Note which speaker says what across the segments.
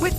Speaker 1: With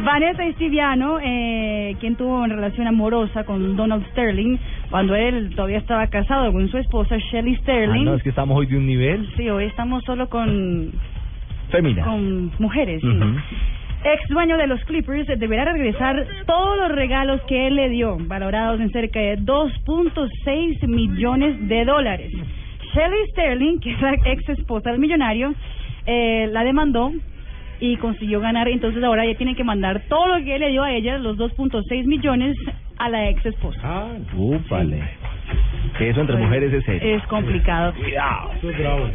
Speaker 2: Vanessa Estiviano, eh, quien tuvo una relación amorosa con Donald Sterling cuando él todavía estaba casado con su esposa Shelley
Speaker 3: Ah,
Speaker 2: Sterling.
Speaker 3: no, es que estamos hoy de un nivel
Speaker 2: Sí, hoy estamos solo con,
Speaker 3: femina.
Speaker 2: con mujeres. sí.
Speaker 3: Ujú.
Speaker 2: Ex dueño de los Clippers eh, deberá regresar todos los regalos que él le dio, valorados en cerca de 2.6 millones de dólares. Shelley Sterling, que es la ex esposa del millonario, eh, la demandó y consiguió ganar. Entonces ahora ella tiene que mandar todo lo que él le dio a ella, los 2.6 millones, a la ex esposa.
Speaker 3: Ah, úpale. Que eso entre mujeres es serio.
Speaker 2: Es complicado.
Speaker 3: Cuidado.